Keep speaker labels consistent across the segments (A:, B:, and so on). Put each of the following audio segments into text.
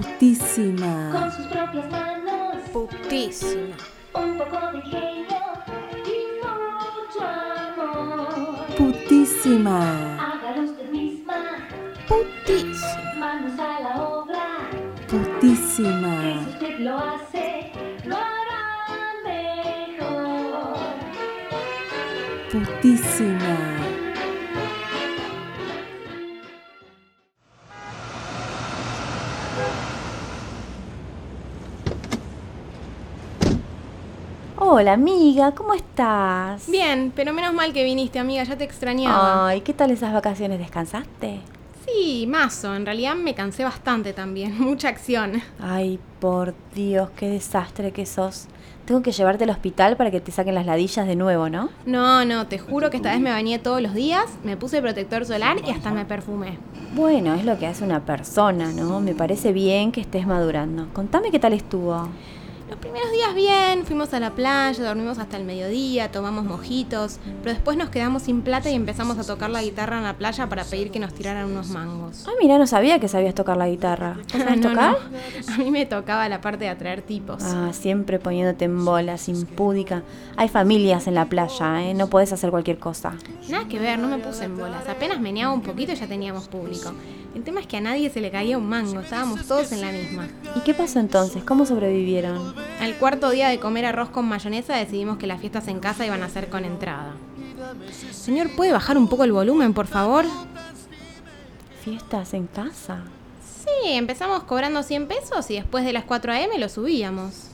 A: Putísima.
B: sus propias manos,
C: Putísima.
B: un poco de ingenio y mucho amor.
A: Putísima.
B: Hágalo usted misma,
C: Putísima.
B: manos a la obra. Y si
A: Putísima.
B: usted lo hace, lo hará mejor.
A: Putísima.
D: Hola amiga, ¿cómo estás?
C: Bien, pero menos mal que viniste, amiga, ya te extrañaba.
D: Ay, ¿qué tal esas vacaciones? ¿Descansaste?
C: Sí, mazo, en realidad me cansé bastante también, mucha acción.
D: Ay, por Dios, qué desastre que sos. Tengo que llevarte al hospital para que te saquen las ladillas de nuevo, ¿no?
C: No, no, te juro que esta vez me bañé todos los días, me puse protector solar y hasta me perfumé.
D: Bueno, es lo que hace una persona, ¿no? Me parece bien que estés madurando. Contame qué tal estuvo.
C: Los primeros días bien, fuimos a la playa, dormimos hasta el mediodía, tomamos mojitos, pero después nos quedamos sin plata y empezamos a tocar la guitarra en la playa para pedir que nos tiraran unos mangos.
D: Ay, mira, no sabía que sabías tocar la guitarra. ¿Vos sabés
C: Ah, No,
D: tocar?
C: no, A mí me tocaba la parte de atraer tipos.
D: Ah, siempre poniéndote en bolas, impúdica. Hay familias en la playa, ¿eh? No podés hacer cualquier cosa.
C: Nada que ver, no me puse en bolas. Apenas meneaba un poquito y ya teníamos público. El tema es que a nadie se le caía un mango, estábamos todos en la misma.
D: ¿Y qué pasó entonces? ¿Cómo sobrevivieron?
C: Al cuarto día de comer arroz con mayonesa decidimos que las fiestas en casa iban a ser con entrada. Señor, ¿puede bajar un poco el volumen, por favor?
D: ¿Fiestas en casa?
C: Sí, empezamos cobrando 100 pesos y después de las 4 a.m. lo subíamos.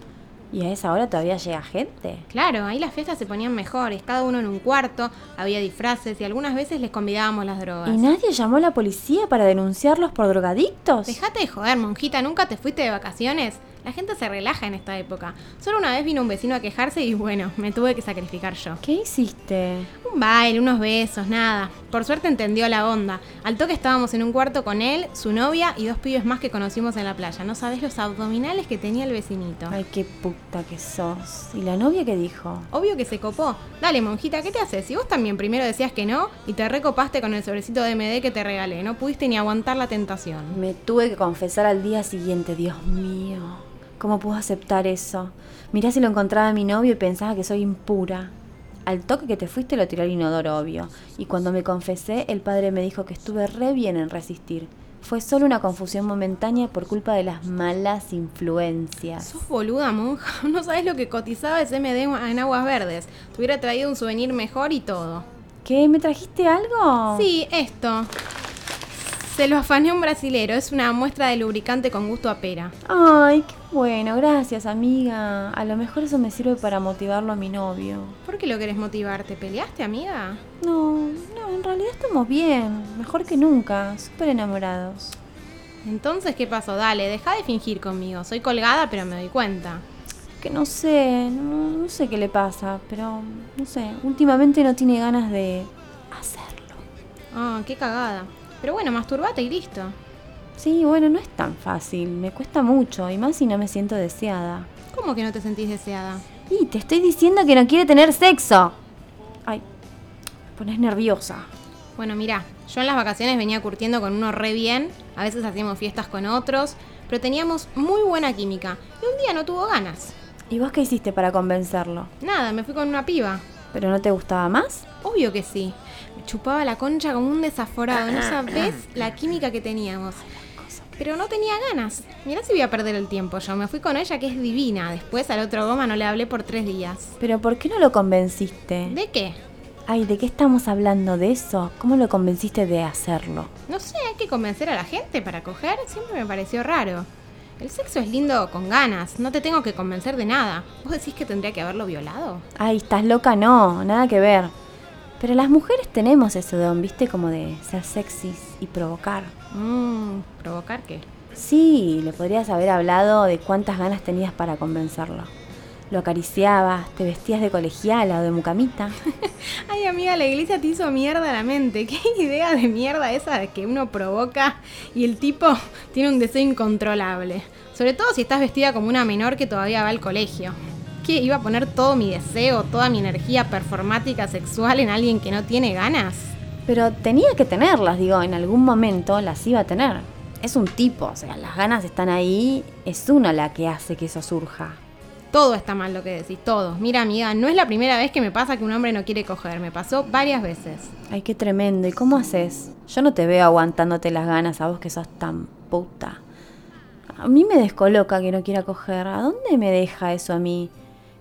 D: ¿Y a esa hora todavía llega gente?
C: Claro, ahí las fiestas se ponían mejores, cada uno en un cuarto, había disfraces y algunas veces les convidábamos las drogas.
D: ¿Y nadie llamó a la policía para denunciarlos por drogadictos?
C: Dejate de joder, monjita, ¿nunca te fuiste de vacaciones? La gente se relaja en esta época. Solo una vez vino un vecino a quejarse y bueno, me tuve que sacrificar yo.
D: ¿Qué hiciste?
C: Un baile, unos besos, nada. Por suerte entendió la onda. Al toque estábamos en un cuarto con él, su novia y dos pibes más que conocimos en la playa. No sabés los abdominales que tenía el vecinito.
D: Ay, qué puta que sos. ¿Y la novia qué dijo?
C: Obvio que se copó. Dale, monjita, ¿qué te haces? Si vos también primero decías que no y te recopaste con el sobrecito de MD que te regalé, no pudiste ni aguantar la tentación.
D: Me tuve que confesar al día siguiente, Dios mío. ¿Cómo puedo aceptar eso? Mirá si lo encontraba mi novio y pensaba que soy impura. Al toque que te fuiste lo tiré al inodoro, obvio. Y cuando me confesé, el padre me dijo que estuve re bien en resistir. Fue solo una confusión momentánea por culpa de las malas influencias.
C: Sos boluda, monja. No sabes lo que cotizaba ese MD en Aguas Verdes. Te hubiera traído un souvenir mejor y todo.
D: ¿Qué? ¿Me trajiste algo?
C: Sí, esto. Se lo afané a un brasilero. Es una muestra de lubricante con gusto a pera.
D: Ay, qué bueno, gracias amiga. A lo mejor eso me sirve para motivarlo a mi novio.
C: ¿Por qué lo querés motivar? ¿Te peleaste, amiga?
D: No, no, en realidad estamos bien, mejor que nunca, súper enamorados.
C: Entonces, ¿qué pasó? Dale, deja de fingir conmigo. Soy colgada, pero me doy cuenta.
D: Que no sé, no, no sé qué le pasa, pero no sé, últimamente no tiene ganas de hacerlo.
C: Ah, qué cagada. Pero bueno, masturbate y listo.
D: Sí, bueno, no es tan fácil, me cuesta mucho, y más si no me siento deseada.
C: ¿Cómo que no te sentís deseada?
D: Y te estoy diciendo que no quiere tener sexo. Ay, me pones nerviosa.
C: Bueno, mira, yo en las vacaciones venía curtiendo con uno re bien, a veces hacíamos fiestas con otros, pero teníamos muy buena química. Y un día no tuvo ganas.
D: ¿Y vos qué hiciste para convencerlo?
C: Nada, me fui con una piba.
D: ¿Pero no te gustaba más?
C: Obvio que sí. Me chupaba la concha como un desaforado, no sabés la química que teníamos. Pero no tenía ganas. Mirá si voy a perder el tiempo yo. Me fui con ella que es divina. Después al otro goma no le hablé por tres días.
D: ¿Pero por qué no lo convenciste?
C: ¿De qué?
D: Ay, ¿de qué estamos hablando de eso? ¿Cómo lo convenciste de hacerlo?
C: No sé, hay que convencer a la gente para coger. Siempre me pareció raro. El sexo es lindo con ganas. No te tengo que convencer de nada. ¿Vos decís que tendría que haberlo violado?
D: Ay, estás loca, no, nada que ver. Pero las mujeres tenemos ese don, viste, como de ser sexys y provocar.
C: Mmm, ¿provocar qué?
D: Sí, le podrías haber hablado de cuántas ganas tenías para convencerlo. Lo acariciabas, te vestías de colegiala o de mucamita.
C: Ay, amiga, la iglesia te hizo mierda la mente. Qué idea de mierda esa de que uno provoca y el tipo tiene un deseo incontrolable. Sobre todo si estás vestida como una menor que todavía va al colegio. ¿Qué? ¿Iba a poner todo mi deseo, toda mi energía performática sexual en alguien que no tiene ganas?
D: Pero tenía que tenerlas, digo, en algún momento las iba a tener. Es un tipo, o sea, las ganas están ahí, es uno la que hace que eso surja.
C: Todo está mal lo que decís, todo. Mira, amiga, no es la primera vez que me pasa que un hombre no quiere coger, me pasó varias veces.
D: Ay, qué tremendo. ¿Y cómo haces? Yo no te veo aguantándote las ganas a vos que sos tan puta. A mí me descoloca que no quiera coger. ¿A dónde me deja eso a mí?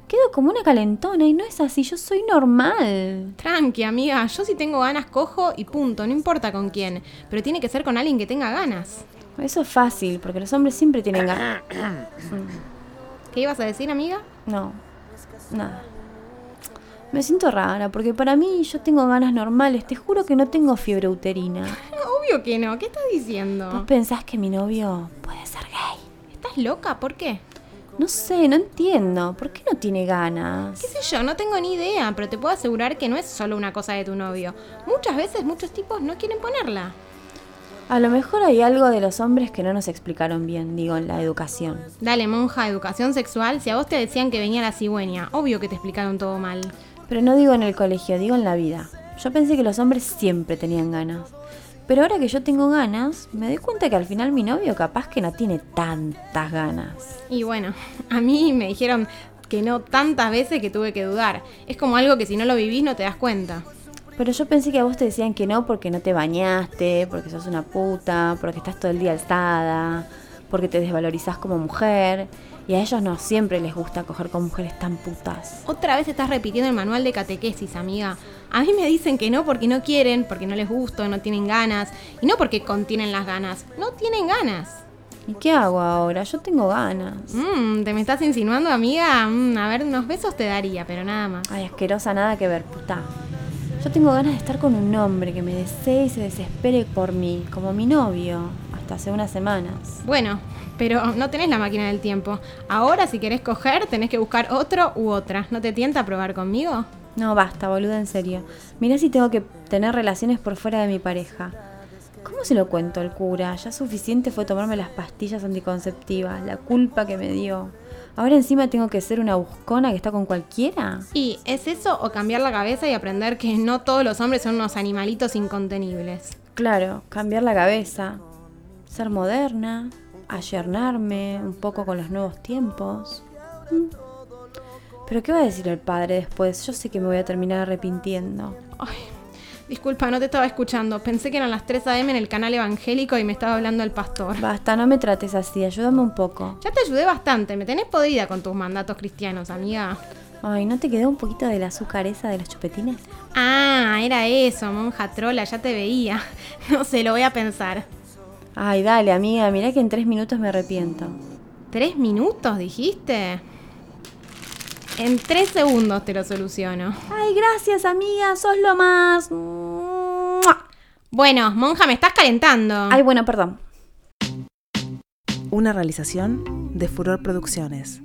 D: Quedo como una calentona y no es así. Yo soy normal.
C: Tranqui, amiga, yo si tengo ganas cojo y punto, no importa con quién, pero tiene que ser con alguien que tenga ganas.
D: Eso es fácil, porque los hombres siempre tienen ganas.
C: ¿Qué ibas a decir, amiga?
D: No, nada. Me siento rara, porque para mí yo tengo ganas normales. Te juro que no tengo fiebre uterina.
C: Obvio que no, ¿qué estás
D: ¿Vos
C: diciendo?
D: pensás que mi novio puede ser gay?
C: ¿Estás loca? ¿Por qué?
D: No sé, no entiendo. ¿Por qué no tiene ganas?
C: ¿Qué sé yo? No tengo ni idea, pero te puedo asegurar que no es solo una cosa de tu novio. Muchas veces muchos tipos no quieren ponerla.
D: A lo mejor hay algo de los hombres que no nos explicaron bien, digo, en la educación.
C: Dale, monja, educación sexual, si a vos te decían que venía la cigüeña, obvio que te explicaron todo mal.
D: Pero no digo en el colegio, digo en la vida. Yo pensé que los hombres siempre tenían ganas. Pero ahora que yo tengo ganas, me doy cuenta que al final mi novio capaz que no tiene tantas ganas.
C: Y bueno, a mí me dijeron que no tantas veces que tuve que dudar. Es como algo que si no lo vivís no te das cuenta.
D: Pero yo pensé que a vos te decían que no porque no te bañaste, porque sos una puta, porque estás todo el día alzada, porque te desvalorizás como mujer. Y a ellos no siempre les gusta coger con mujeres tan putas.
C: Otra vez estás repitiendo el manual de catequesis, amiga. A mí me dicen que no porque no quieren, porque no les gusto, no tienen ganas, y no porque contienen las ganas, no tienen ganas.
D: ¿Y qué hago ahora? Yo tengo ganas.
C: Mmm, ¿te me estás insinuando, amiga? Mm, a ver, unos besos te daría, pero nada más.
D: Ay, asquerosa, nada que ver, puta. Yo tengo ganas de estar con un hombre que me desee y se desespere por mí, como mi novio, hasta hace unas semanas.
C: Bueno, pero no tenés la máquina del tiempo. Ahora, si querés coger, tenés que buscar otro u otra. ¿No te tienta probar conmigo?
D: No, basta, boluda, en serio. Mirá si tengo que tener relaciones por fuera de mi pareja. ¿Cómo se lo cuento al cura? Ya suficiente fue tomarme las pastillas anticonceptivas, la culpa que me dio. Ahora encima tengo que ser una buscona que está con cualquiera.
C: ¿Y es eso o cambiar la cabeza y aprender que no todos los hombres son unos animalitos incontenibles?
D: Claro, cambiar la cabeza, ser moderna, ayornarme un poco con los nuevos tiempos. Mm. Pero ¿qué va a decir el padre después? Yo sé que me voy a terminar arrepintiendo.
C: Ay, disculpa, no te estaba escuchando. Pensé que eran las 3 a.m. en el canal evangélico y me estaba hablando el pastor.
D: Basta, no me trates así, ayúdame un poco.
C: Ya te ayudé bastante, me tenés podrida con tus mandatos cristianos, amiga.
D: Ay, ¿no te quedó un poquito del azúcar esa de los chupetines?
C: Ah, era eso, monja trola, ya te veía. No sé, lo voy a pensar.
D: Ay, dale, amiga, mirá que en tres minutos me arrepiento.
C: ¿Tres minutos, dijiste? En tres segundos te lo soluciono.
D: Ay, gracias, amiga, sos lo más. ¡Mua!
C: Bueno, monja, me estás calentando.
D: Ay, bueno, perdón.
A: Una realización de Furor Producciones.